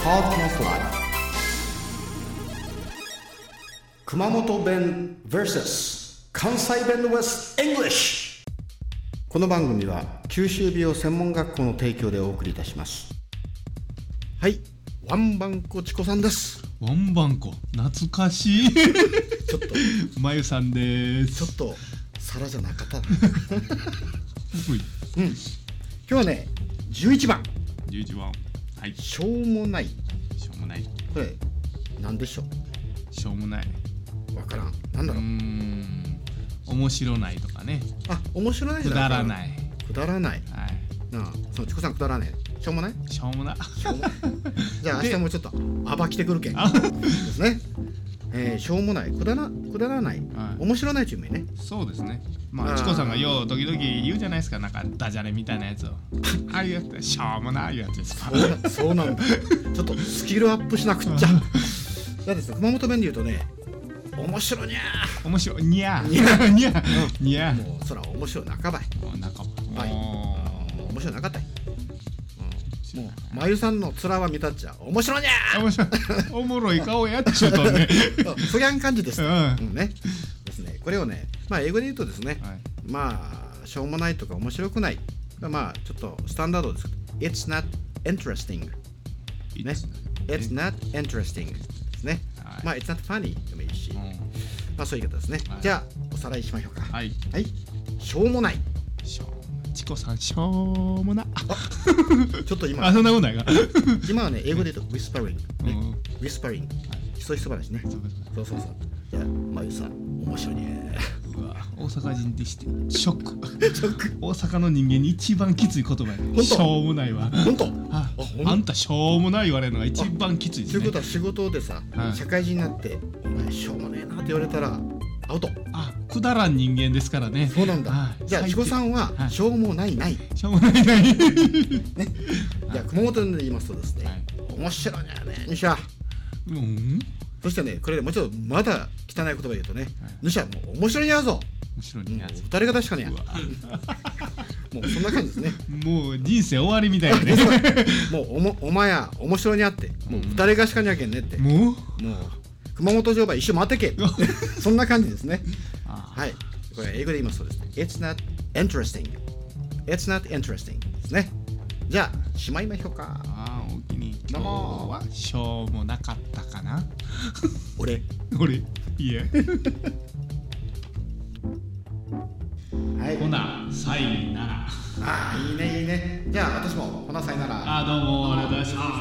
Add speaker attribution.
Speaker 1: Podcast Live 熊本弁 vs 関西弁 vs English この番組は九州美容専門学校の提供でお送りいたしますはいワンバンコチコさんです
Speaker 2: ワンバンコ懐かしい
Speaker 1: ちょっと
Speaker 2: まゆさんで
Speaker 1: ち
Speaker 2: す
Speaker 1: ょっと皿じゃなか ったな
Speaker 2: うい
Speaker 1: 今日はね11番
Speaker 2: 11番はい
Speaker 1: しょうもない
Speaker 2: しょうもない
Speaker 1: これなんでしょ
Speaker 2: しょうもないう
Speaker 1: わからんなんだ
Speaker 2: うー
Speaker 1: ろうん
Speaker 2: 面白ないとかね
Speaker 1: あ面白い
Speaker 2: くだら
Speaker 1: い
Speaker 2: ない
Speaker 1: くだらない
Speaker 2: は
Speaker 1: なあそのチコさんくだらねえしょうもない
Speaker 2: いしょうもな
Speaker 1: じゃあ明
Speaker 2: で
Speaker 1: 日もちょっと暴きてくるけん
Speaker 2: あ
Speaker 1: ですね、えー、しょうもないくだらくだらない、
Speaker 2: はい
Speaker 1: 面白ないチームね
Speaker 2: そうですね
Speaker 1: あ
Speaker 2: ま
Speaker 1: ー
Speaker 2: あチコさんがよう時々言うじゃないですかなんかダジャレみたいな やつをああいうやつしょうもないやつですか
Speaker 1: そうなそうなんだちょっとスキルアップしなくっちゃだってさ熊本弁で言うとね面白にゃ
Speaker 2: 面白いにゃーにゃーにゃ
Speaker 1: ー
Speaker 2: ー
Speaker 1: もうそら面白半ばい
Speaker 2: もうなんか
Speaker 1: はい
Speaker 2: も
Speaker 1: うん面白なかったい、うん、もうまゆさんの面は見たっちゃ面白にゃ
Speaker 2: う面白いおもろい顔やっちゅうと ね
Speaker 1: ーそぎゃん感じです、
Speaker 2: う
Speaker 1: うんん
Speaker 2: は
Speaker 1: ねですねこれをねまあ英語で言うとですね、
Speaker 2: い
Speaker 1: まあしょうもないとか面白くないまあちょっとスタンダードですけど It's not interesting
Speaker 2: いい
Speaker 1: ね
Speaker 2: ですね
Speaker 1: It's not interesting ですね、
Speaker 2: はい
Speaker 1: まあ It's not funny でもいいし、
Speaker 2: う
Speaker 1: まあそういう言い方ですね、
Speaker 2: はい
Speaker 1: じゃあおさらいしましょうか
Speaker 2: ん
Speaker 1: は
Speaker 2: はい。
Speaker 1: い、しょうもない
Speaker 2: しょうチコさん、しょうもな。
Speaker 1: ちょっと今
Speaker 2: あ、そんなことないか。
Speaker 1: 今はね英語で言うと Whispering
Speaker 2: う
Speaker 1: ね、
Speaker 2: ん。はい
Speaker 1: Whispering ひそひそ話ね
Speaker 2: そうですね
Speaker 1: そうそうそうじゃあまゆさん面白いね
Speaker 2: うわ大阪人でして、ショック。大阪の人間に一番きつい言葉や
Speaker 1: 当
Speaker 2: ね。しょうもないわ。
Speaker 1: 本当
Speaker 2: あ
Speaker 1: ほん
Speaker 2: あんたしょうもない言われるのが一番きつい
Speaker 1: とい
Speaker 2: です
Speaker 1: うこと
Speaker 2: ね。
Speaker 1: は仕事でさ、
Speaker 2: はい
Speaker 1: 社会人になってお前しょうもねえなって言われたらアウト
Speaker 2: あ、くだらん人間ですからね。
Speaker 1: そうなんだ
Speaker 2: は。い
Speaker 1: じゃあ、
Speaker 2: 最低
Speaker 1: チコさんは
Speaker 2: は、い
Speaker 1: しょうもないない。
Speaker 2: しょうもないない。
Speaker 1: じゃあ、熊本弁で言いますとです
Speaker 2: は
Speaker 1: ね
Speaker 2: い、
Speaker 1: 面白いね、ぬしゃ。
Speaker 2: うん。
Speaker 1: そしてね、これでもうちょっと、まだ汚い言葉言うとね
Speaker 2: はい、
Speaker 1: ぬしゃ、もう面白いにゃぞ。
Speaker 2: 後ろ
Speaker 1: もう
Speaker 2: にやつ。
Speaker 1: 二人が確かにゃ
Speaker 2: う。わ
Speaker 1: もうそんな感じですね。
Speaker 2: もう人生終わりみたいなね。
Speaker 1: もうおも、お前や、面白いにゃって、もう二人がしかにゃけんねって。も
Speaker 2: もう
Speaker 1: う、熊本城場一緒待 ってけ。そんな感じですね。
Speaker 2: あ
Speaker 1: はい。これ、英語で言いますとですね、It's not interesting. It's not interesting ですね。じゃあ、しまいましょうか。
Speaker 2: あ、おおきに。
Speaker 1: ど
Speaker 2: 今
Speaker 1: う
Speaker 2: 日
Speaker 1: も
Speaker 2: はしょうもなかったかな。
Speaker 1: 俺。
Speaker 2: 俺いや
Speaker 1: はい。
Speaker 2: ほなさいなら
Speaker 1: ああいいねいいねじゃあ私もほなさいなら
Speaker 2: あどうもありがとうございました